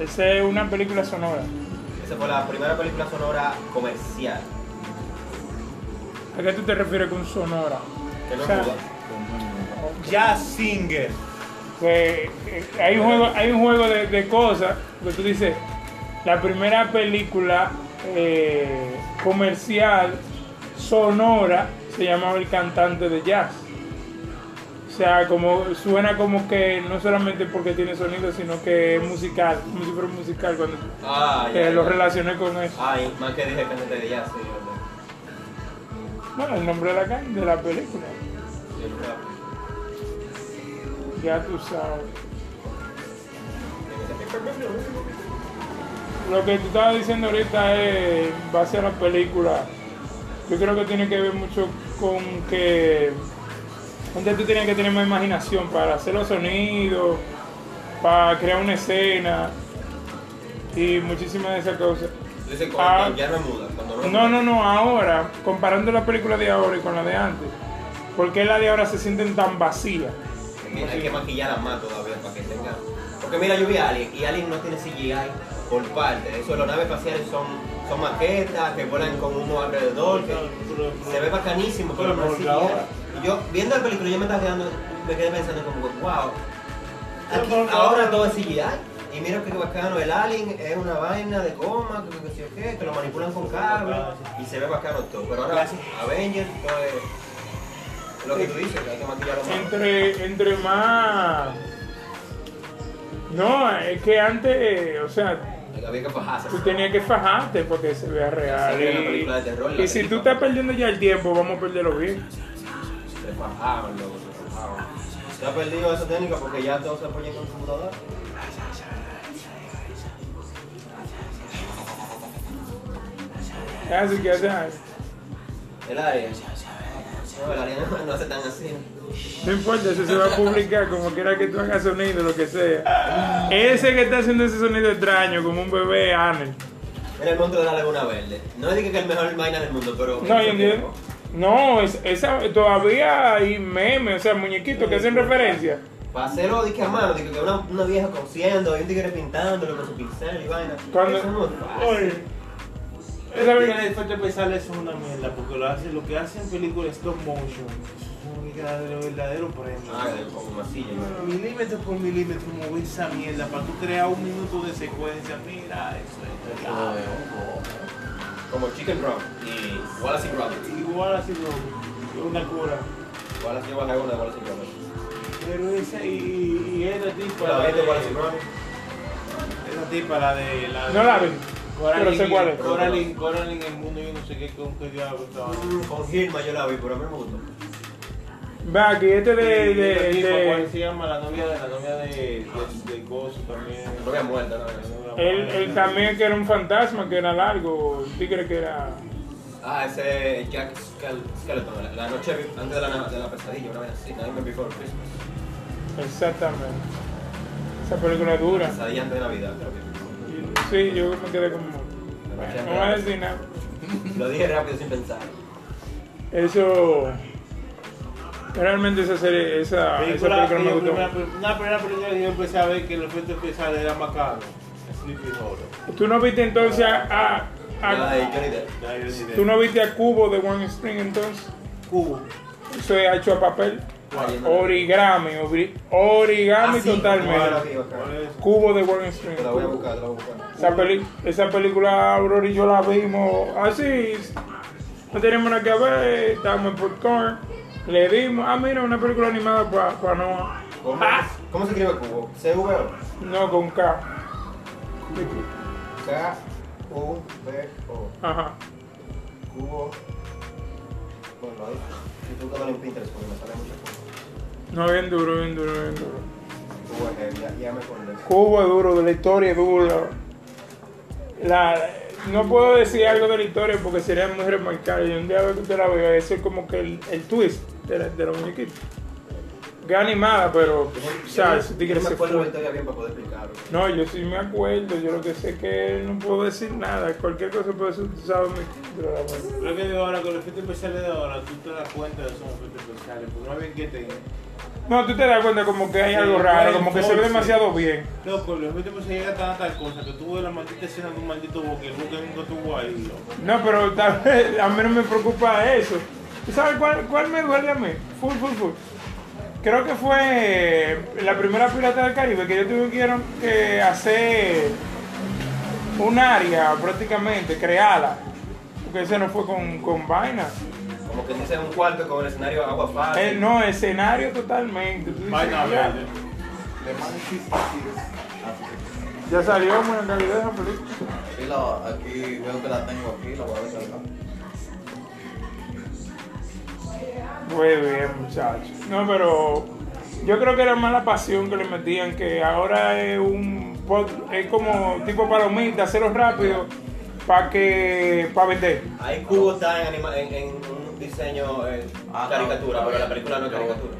Esa es una película sonora. Esa fue la primera película sonora comercial. ¿A qué tú te refieres con sonora? Que no O sea, muda. Jazz Singer. Pues eh, hay un juego, hay un juego de, de cosas que tú dices, la primera película eh, comercial sonora se llamaba El cantante de jazz. O sea, como suena como que no solamente porque tiene sonido, sino que es musical, como si fuera un musical cuando Ah, ya. eh, lo ya. relacioné con eso. Ay, más que dije cantante de jazz, sí, yo Bueno, el nombre de la, can- de la película, sé. Yo no sé. ya tú sabes. Lo que tú estabas diciendo ahorita es, va a ser la película. Yo creo que tiene que ver mucho con que antes tú tenías que tener más imaginación para hacer los sonidos, para crear una escena y muchísimas de esas cosas. Tú dices Ah. cuando ya no es muda, cuando no es No, muda. no, no, ahora, comparando la película de ahora y con la de antes, ¿por qué la de ahora se sienten tan vacías? Mira, hay que maquillarla más todavía para que tenga. Porque mira, yo vi a Alien y Alien no tiene CGI por parte. Eso, las naves espaciales son, son maquetas que vuelan con humo alrededor. que se ve bacanísimo, pero no es Pero ahora. CGI. Y yo, viendo la película, yo me estaba quedando, me quedé pensando como, wow. Pero aquí- por favor. ahora todo es CGI. Y mira que bacano, el Alien es una vaina de goma, que, que, que, que, que lo manipulan con cable y se ve bacano todo. Pero ahora Gracias. Avengers, todo es lo que tú dices, que hay que maquillarlo más. entre, entre más. No, es que antes, o sea, Había que fajarse. tú tenías que fajarte porque se vea real. Sí, una película de terror, y- la y si tú película. estás perdiendo ya el tiempo, vamos a perderlo bien. Se fajaban, loco, se fajaban. Se ha perdido esa técnica porque ya todo se apoya en computadora. Así que, o sea, El área. No, el área no, no hace tan así. no importa, eso se va a publicar como quiera que tú hagas sonido, lo que sea. Ese que está haciendo ese sonido extraño, como un bebé, Anel. Era el monstruo de la laguna verde. No dije que es el mejor vaina del mundo, pero. No, yo entiendo. No, es- esa, todavía hay memes, o sea, muñequitos que pues, hacen referencia. Para hacerlo, dije a mano, dije que una, una vieja cosiendo, y un tigre pintándolo con su pincel y vaina. Cuando- Eso no es fácil. Oye. Esa Esa película- película de Fuerte Pesar es una mierda porque lo, hace, lo que hacen películas stop motion es un verdadero, verdadero premio. Ah, de- como masilla. Bueno, milímetro por milímetro mover esa mierda para tú crear un minuto de secuencia. Mira, eso es. Ah, terrible. Como Chicken Run y Wallace y Gromit. Igual así lo- es una cura. Wallace lleva la una de Wallace y Gromit. Pero esa y, y era tipo La la vez de de Wallace y Gromit. Esa tipa la de la de- No la vi, Coraline, pero sé cuál es. Coraline, Coraline en el mundo yo no sé qué con qué diablo estaba. Mm, Con Hilma yo la vi, pero a mí no me gustó. Va, aquí este de- Y la de- tipa, de ¿Cuál se llama? La novia de la novia de, de, de Gozo también. No había muerto, no había Él, él también que era un fantasma, que era largo, un tigre que era... Ah, ese es Jack Skel- Skeleton, la, la noche vi- antes de la, na- de la pesadilla, una vez así, Nightmare Before Christmas. Exactamente. Esa película es dura. Pesadilla antes de Navidad, creo que. Sí, yo me quedé como... bueno, no voy a decir nada. Lo dije rápido sin pensar. Eso... Realmente esa serie, esa, esa Película, película me que yo gustó. primera- una primera película que yo empecé a ver que el efecto especial era macabro. Sleepy Hollow. ¿Tú no viste entonces a... a- a- La de Johnny Depp. Ya yo ni idea. ¿Tú no viste a Cubo de One Spring entonces? Cubo. Eso es hecho a papel. Ah, yo no- Origami, obri- origami Ah, sí, totalmente. ahora vi, acá. ¿Cuál es? Cubo de One Spring. Te la voy a buscar, te la voy a buscar. Esa, peli- esa película Aurora y yo la vimos así. No tenemos nada que ver, estábamos en popcorn. Le dimos, ah, mira, una película animada para no. ¿Cómo, Ah, ¿Cómo se escribe cubo? C-V-O. no, con K. K-U-B-O. Ajá. Cubo. Bueno, ahí. Si tú te en Pinterest, porque me sale mucho No, bien duro, bien duro, bien duro. cubo. Cubo es heavy, ya, ya me pondré. Cuba es duro, de la historia es duro. La, no puedo decir algo de la historia porque sería muy remarcable. Y un día que usted la vea, eso es como que el, el twist de la, de la muñequita. que es animada, pero, o sea, Yo ese no tigre me se acuerdo la fue. historia bien para poder explicarlo. No, yo sí me acuerdo, yo lo que sé es que él no puedo decir nada, cualquier cosa puedo decir, tú sabes, mi- pero la verdad. Creo que de ahora, con los efectos especiales de ahora, tú te das cuenta de esos efectos especiales, porque no bien que te... No, tú te das cuenta como que hay Sí, algo raro, como que se ve entonces. demasiado bien. Loco, los efectos especiales llegan a tal cosa que tuve la maldita escena de un maldito bosque, el bosque nunca tuvo ahí, loco. No, pero tal vez a mí no me preocupa eso. ¿Tú sabes cuál, cuál me duele a mí? Full, full, full. Creo que fue eh, la primera Pirata del Caribe que yo tuvieron que hacer un área prácticamente creada. Porque ese no fue con, con vaina. Como que dice un cuarto con el escenario agua fácil. Eh, no, escenario totalmente. Tú dices, Vaina ya, verde. The Man is Steel. ya salió en buena calidad esa película. Aquí, la, aquí veo que la tengo aquí, la voy a descargar. Muy bien, muchachos. No, pero yo creo que era más la pasión que le metían, que ahora es un pod- es como tipo palomita, hacerlo rápido para que para vender. Ahí Cubo está en, anima- en, en un diseño eh, Ah, caricatura, no. pero la película no es caricatura.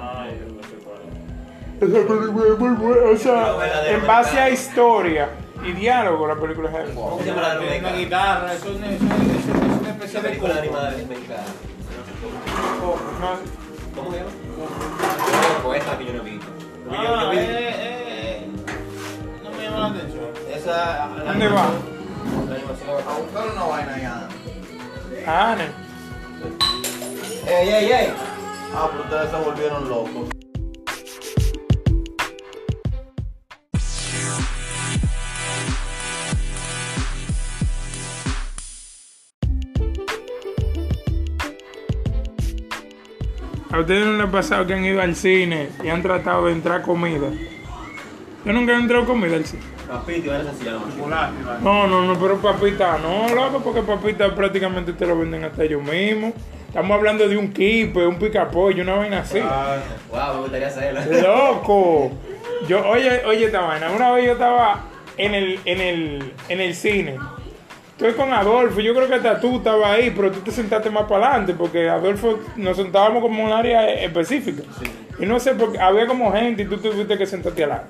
Ay, yo no sé cuál es. Esa película es muy buena. O Pero sea, verdadero en base a mercado. historia y diálogo, la película es hermosa. ¿Cómo se llama la Tiene una película? guitarra, eso es una, eso es- eso es una especie Esa de película coco. animada es mexicana. No, ¿Cómo se llama? Coco, esta que yo no he visto. Porque yo- yo Ah, vi- eh, eh, no me llama la atención. Esa, la ¿Dónde va? animación- La animación. A buscar una vaina ya. Ah, no. ¡Ey, ey, ey! Ah, pero ustedes se volvieron locos. ¿A ustedes no les ha pasado que han ido al cine y han tratado de entrar comida? Yo nunca he entrado comida al cine. Papito, ahora se llama. Como lástima. No, no, no, pero papita no, loco, porque papita prácticamente te lo venden hasta ellos mismos. Estamos hablando de un kipe, un picapollo, una vaina así. Ah, Wow, me gustaría hacerla. Loco. Yo, oye, oye esta vaina. Una vez yo estaba en el, en el, en el cine. Estoy con Adolfo, yo creo que hasta tú estabas ahí, pero tú te sentaste más para adelante, porque Adolfo nos sentábamos como en un área específica. Y no sé, porque había como gente y tú tuviste que sentarte al lado.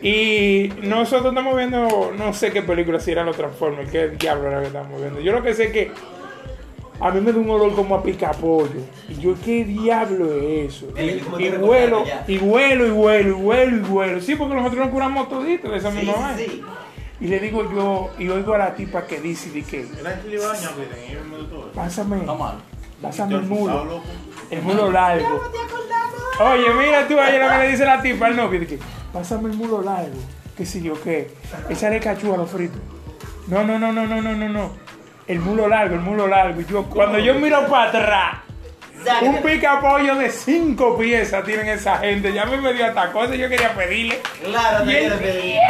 Y nosotros estamos viendo, no sé qué película, si eran los Transformers, qué diablo era que estamos viendo. Yo lo que sé es que a mí me da un olor como a picapollo. Y yo, ¿qué diablo es eso? Ey, ¿cómo Y, te y recordaste huelo, ya? y huelo, y huelo, y huelo, y huelo. Sí, porque nosotros nos curamos todito de esa Sí, misma vaina. sí. Y le digo yo, y oigo a la tipa que dice, de que, era este el baño que tenía yo me gustó. pásame, Está mal. pásame el Estaba muro, loco. el muro largo. Oye, mira tú ahí lo que le dice la tipa al novio, de que, pásame el muro largo, qué sé yo qué, echarle cachú a los fritos. No, no, no, no, no, no, no, no. El muro largo, el muro largo. Y yo, cuando yo miro para atrás, un picapollo de cinco piezas tienen esa gente. Ya a mí me dio hasta cosa y yo quería pedirle. Claro, Y te él- quiero pedir.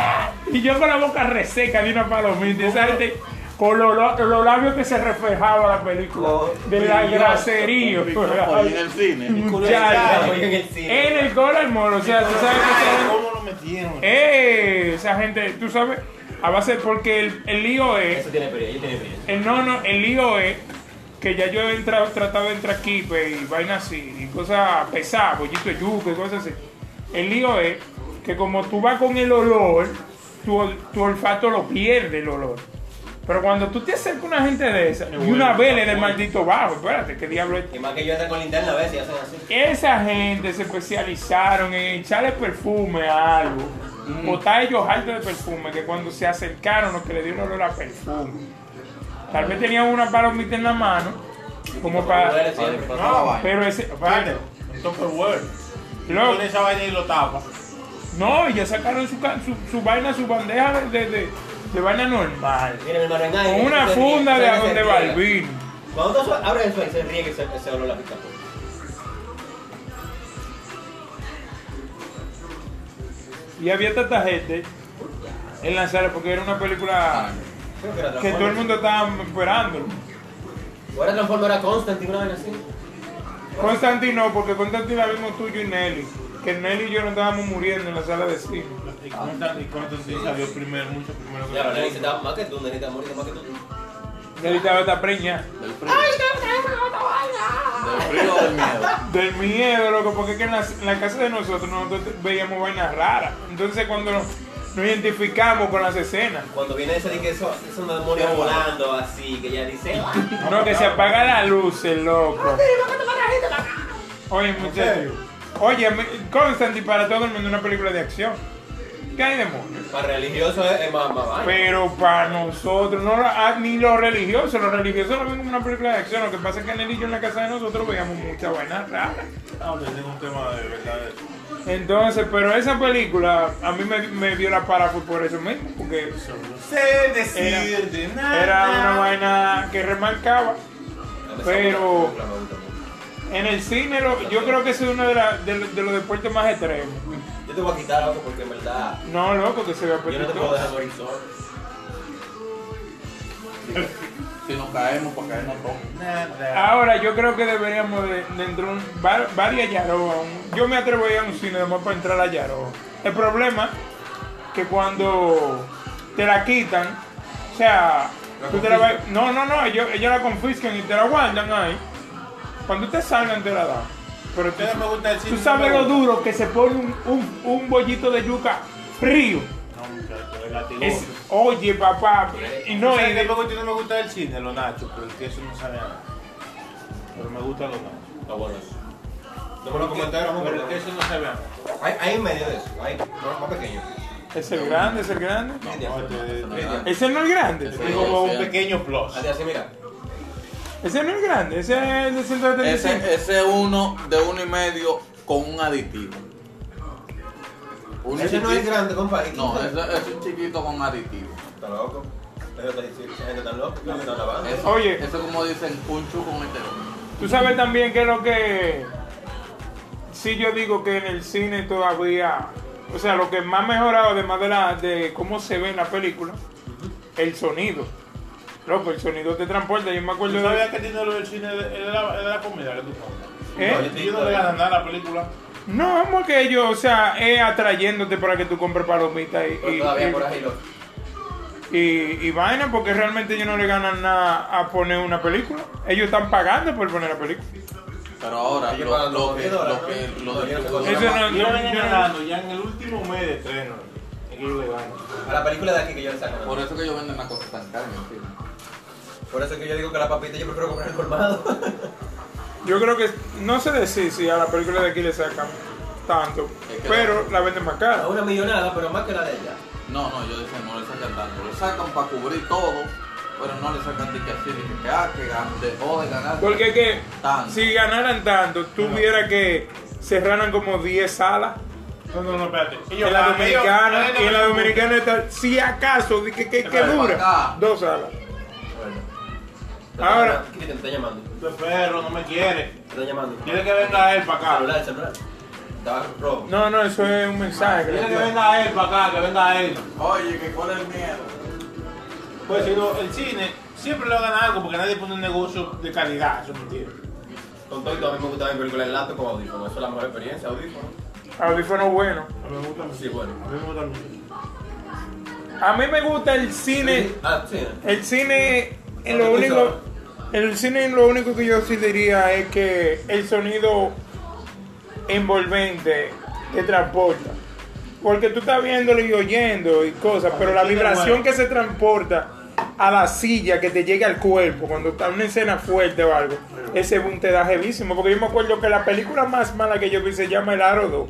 Y yo con la boca reseca de una palomita, y esa gente con los, lo- los labios que se reflejaba la película, Oh, de la Dios. grasería. Oye, en el cine. Muchacho. Oye, en el cine. En el color moro, o sea, tú sabes Ay, que ¿Cómo lo metieron? ¡Eh! Esa gente, tú sabes, a base, porque el, el lío es, Eso tiene experiencia, ella tiene experiencia. el no, no, el lío es que ya yo he entrado, tratado de entrar aquí, pe, y vainas así, y cosas pesadas, bollito de yuca y cosas así. El lío es que como tú vas con el olor, tu, ol- tu olfato lo pierde el olor. Pero cuando tú te acercas a una gente de esa, y una vez le da el maldito bajo, espérate, ¿qué diablo es? Y más que yo ando con linterna a veces y hacen así. Esa gente se especializaron en echarle perfume a algo. Botar ellos alto de perfume, que cuando se acercaron lo que le dieron olor a perfume. Tal vez tenían una palomita en la mano, como para... Duele siempre. Para- No, pero ese... Espérate, un Tupperware. Loco. Pon esa vaina y lo tapa. No, y ya sacaron su, ca- su, su vaina, su bandeja de, de, de vaina normal. Mira, mi hermano, en aire, Con una se ríe, funda se de ríe, a se donde riega. Balvin. Cuando tú abres eso ahí, se ríe que se, se olor la pues. pica. Y había tanta gente en la sala, porque era una película Creo que era que todo el Transformers. mundo estaba esperando. O era Transformers, era Constantine, una vaina así. Constantino, porque Constantino la vimos tuyo y Nelly. Que Nelly y yo nos estábamos muriendo en la sala de cine. Y cuántas- y cuántas sí salió primero, mucho primero que Claro, la Nelly se otra. estaba más que tú, Nelly estaba morir más que tú. Nelly estaba hasta preña. Del frío. Del frío o del miedo. Del miedo, loco, porque es que en las- en la, casa de nosotros nosotros veíamos vainas raras. Entonces cuando nos, nos identificamos con las escenas, Cuando viene ese de que eso, es un demonio Qué bueno. volando así, que ya dice. "Ah". no que se apaga la luz, el loco. Oye, muchachos. serio? Oye, me- Constantine para todo el mundo una película de acción. ¿Qué hay de demonios? Para religioso es, es más, más vaina. Pero para nosotros, no la- ah, ni los religiosos, los religiosos lo ven como una película de acción. Lo que pasa es que en el y yo en la casa de nosotros veíamos mucha vaina rara. Ah, pues tengo un tema de verdad. Entonces, pero esa película a mí me, me dio la para fue por eso mismo, porque No sé decir de nada. era Ah. una vaina que remarcaba. A mí pero- esa película me gusta mucho. En el cine, lo- yo creo que ese es uno de, la- de los- de los deportes más extremos. Yo te voy a quitar algo porque en verdad No, loco, que se ve yo no te puedo apetitoso. dejar morir solo. Si nos caemos, pues para caernos todos. Nada. Ahora yo creo que deberíamos de, de entrar un, var- varias Yaroa. Un- Yo me atrevo a ir a un cine nomás para entrar a Yaroa. El problema que cuando te la quitan, o sea, La tú te la vas- no, no, no, ellos, ellos la confiscan y te la guardan ahí. Cuando te salgan te la dan. Pero tú, Pero me gusta el tú cine. sabes lo número uno. duro que se pone un, un, un bollito de yuca frío. No, muchacho, el latigoso. Es- oye, papá, y No, no, y ¿Sabes qué de- me gusta y no me gusta el cine? Los nachos, pero el queso no sabe a nada. Pero me gustan los nachos. Está bueno eso. No me lo comentaron, amor, Pero el pero queso no sabe a nada. hay, hay en medio de eso, hay más, más pequeño. es el grande, es el grande. No, te- Media. Ese no es el grande. te digo como un pequeño plus. Así, así, mira. Ese no es grande, ese es el de 175. eh, Ese, ese uno de uno y medio con un aditivo. Uno Ese no es chiquito- grande, compadre. No, ese es un chiquito con aditivo. Está loco. Pero está diciendo, esa gente está loca, esa gente está lavando. Eso, Oye. Eso como dicen, un chu con este hetero. Tú sabes también que lo que. Sí, yo digo que en el cine todavía. O sea, lo que más mejorado, además de, la, de cómo se ve en la película, el sonido. Loco, el sonido te transporta. Yo me Pues acuerdo yo de. sabía que el dinero del cine era de la, de la comida que tú comes. ¿Eh? Ellos no le ganan nada a la película. No, vamos que ellos, o sea, es atrayéndote para que tú compres palomitas y, Pero y- Pues todavía y- por ahí lo. y- y vaina, porque realmente ellos no le ganan nada a poner una película. Ellos están pagando por poner la película. Pero ahora, Ellos lo, pagan los lo que, lo que, vendedores, ¿no? lo de- Eso no- lo Eso no, de- Ellos no- venían yo no- ganando ya en el último mes de estreno. Ellos le ganan. A la película de aquí que yo le saco. Por Por, eso que ellos venden una cosa tan cara, en fin. por eso es que yo digo que la papita yo prefiero comprar el colmado. Yo creo que no sé decir si a la película de aquí le sacan tanto, Es que pero la venden más A cara. una millonada, pero más que la de ella. No, no, yo decía, no le sacan tanto. Lo sacan para cubrir todo, pero no le sacan de que así, de que, ah, que gan- dejó de ganar. Porque es que Tanto. si ganaran tanto, tú vieras que cerraran como 10 salas. No, no, no, espérate. Ellos En la ganan, ellos- dominicana, ellos y en la ganan. dominicana está, si acaso, di que, que, que Pero dura, acá. dos salas. Bueno. Ahora. Cristian, te está llamando. Este perro no me quiere. Te está llamando. Dile que venga él para acá. Celular, celular. Estaba robo. No, no, eso es un mensaje. que le Dile que doy. venga él para acá, que venga él. Oye, que cuál es el miedo. Pues si no, el cine siempre lo gana algo porque nadie pone un negocio de calidad, eso es mentira. Con todo y todo, a mí me gusta ver películas en lato con audífonos. Eso es la mejor experiencia, audífonos. Audífono bueno. A mí me gusta mucho. Sí, bueno. A mí me gusta mucho. A mí me gusta el cine. Ah, sí. El cine, en ¿No lo te único, gusta? el cine, en lo único que yo sí diría es que el sonido envolvente te transporta. Porque tú estás viéndolo y oyendo y cosas, pero la sí te vibración mueve. que se transporta a la silla que te llega al cuerpo cuando está una escena fuerte o algo, ese boom te da jevísimo. Porque yo me acuerdo que la película más mala que yo vi se llama El Aro 2.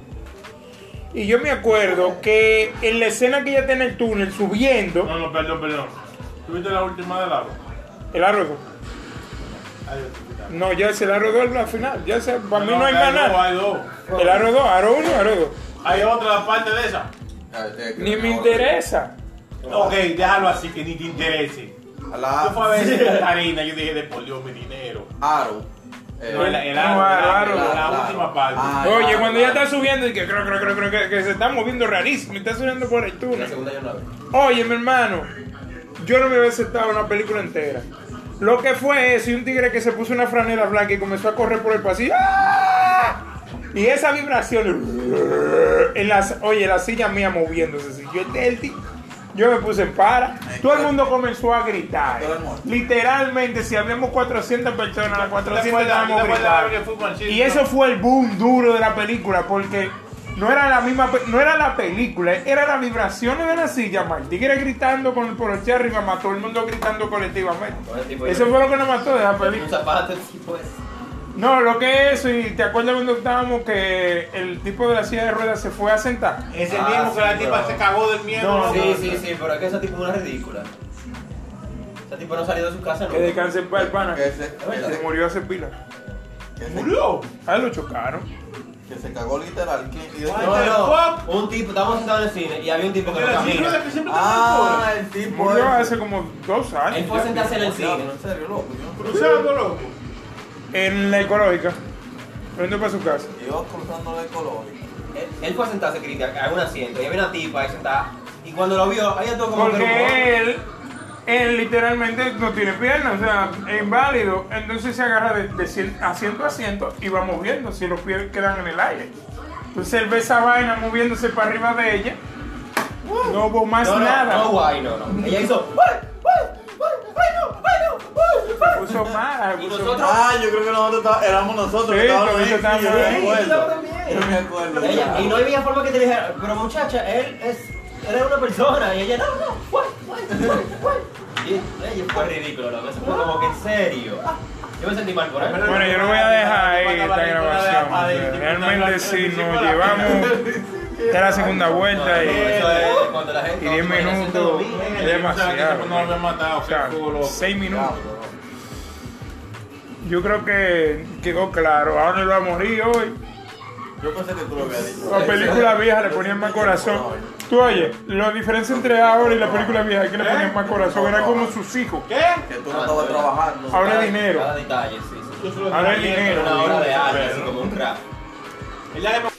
Y yo me acuerdo que en la escena que ella está en el túnel subiendo, No, no, perdón, perdón. ¿Tuviste la última de la El Aro 2. Ahí No, ya se la rodó al final. Ya se, para mí no hay acá más nada. Hay dos. El aro 2, aro 1, aro 2. Hay otra parte de esa. A ver, tiene que Ni ver me ahora. interesa. Ok, déjalo así que ni te interese. A Yo fue a la ver esa Karina, yo dije, de por Dios, mi dinero. Aro. eh, No, el, el No, árbol, el el árbol, árbol, la, el árbol. última parte. Ah, Ay, Oye, ay, cuando ya ay. está subiendo y que creo, creo, creo, creo, que, que se está moviendo rarísimo, y está subiendo por el La túnel. segunda yo no la vi. Oye, mi hermano, yo no me había aceptado una película entera. Lo que fue eso, y un tigre que se puso una franela blanca y comenzó a correr por el pasillo. ¡Ah! Y esa vibración. En las, oye, la silla mía moviéndose. sí. Yo, el, ti- Yo me puse en para. Exacto. Todo el mundo comenzó a gritar. Todo el mundo. Literalmente, si habíamos 400 personas, las ¿Te 400 acuerdas- estábamos te acuerdas gritando. que fue con Chile, Y eso no? fue el boom duro de la película, porque no era la misma, pe- no era la película, era las vibraciones de la silla, man. Tigre gritando con el poroche arriba, mató todo el mundo gritando colectivamente. Todo el tipo Eso de- fue lo que nos mató de la película. Un zapato, tipo eso. No, lo que es, y te acuerdas cuando estábamos que el tipo de la silla de ruedas se fue a sentar. Ese Ah, mismo que sí, la tipa bro. se cagó del miedo. No, Sí, sí, sí, pero es que esa tipo es una ridícula. Esa tipo no salió de su casa, ¿no? Que descanse en paz, el pana. Que se, Se que murió hace pila. se- que se- Murió. Ah, lo chocaron. que se cagó literal. ¿Quién? ¿Y de- What the No, fuck? no, un tipo, estábamos sentados en el cine y había un tipo que no Pero sí, camina. brother, que siempre Ah, el tipo. Murió ese. hace como dos Él años. fue a sentarse en el Diablo, cine. En serio, loco. yo- está cruzando, loco. En la ecológica. Vende para su casa. Yo cruzando el color. Él, él fue a sentarse, Cristian, a un asiento y había una tipa ahí sentada. Y cuando lo vio, ahí todo como Porque él, él literalmente no tiene piernas, o sea, es inválido. Entonces se agarra de, de cien- asiento a asiento y va moviendo si los pies quedan en el aire. Entonces él ve esa vaina moviéndose para arriba de ella. No hubo más Uh. no, no, nada. No, guay, no, no. Ella hizo. "Guay, guay, guay, guay, no, guay, no, guay, guay". Puso mala, Y puso nosotros- mala. Ah, yo creo que nosotros está- éramos nosotros Sí, que estábamos pero ahí. yo estaba sí, yo me ahí, yo acuerdo. también. Yo me acuerdo. Ella- ya. y no había forma que te dijera, pero muchacha, él es, él es una persona. Y ella, no, no, guay, guay, guay, guay". Y ella fue ridículo, loco. Eso fue como que en serio. Yo me sentí mal por él. Bueno, yo lo voy a dejar ahí esta grabación. Realmente si nos llevamos esta es la segunda vuelta No, y, eso es cuando la gente y 10 no tiene acento minutos domingo. es Esa tipa no demasiado. había matado, O sea, qué culo. 6 Diablo, minutos. loco. Yo creo que quedó claro. Ahora lo vamos a morir hoy. Yo pensé que tú lo habías dicho. La película vieja le ponían más corazón. Tú oye, la diferencia entre ahora y la película vieja es que le ponían más corazón. Era como sus hijos. ¿Qué? Que tú no estabas trabajando. Ahora Cada- dinero. Cada detalle, sí, sí. Ahora hay dinero. Una hora de arte, así como un rap. Él ya le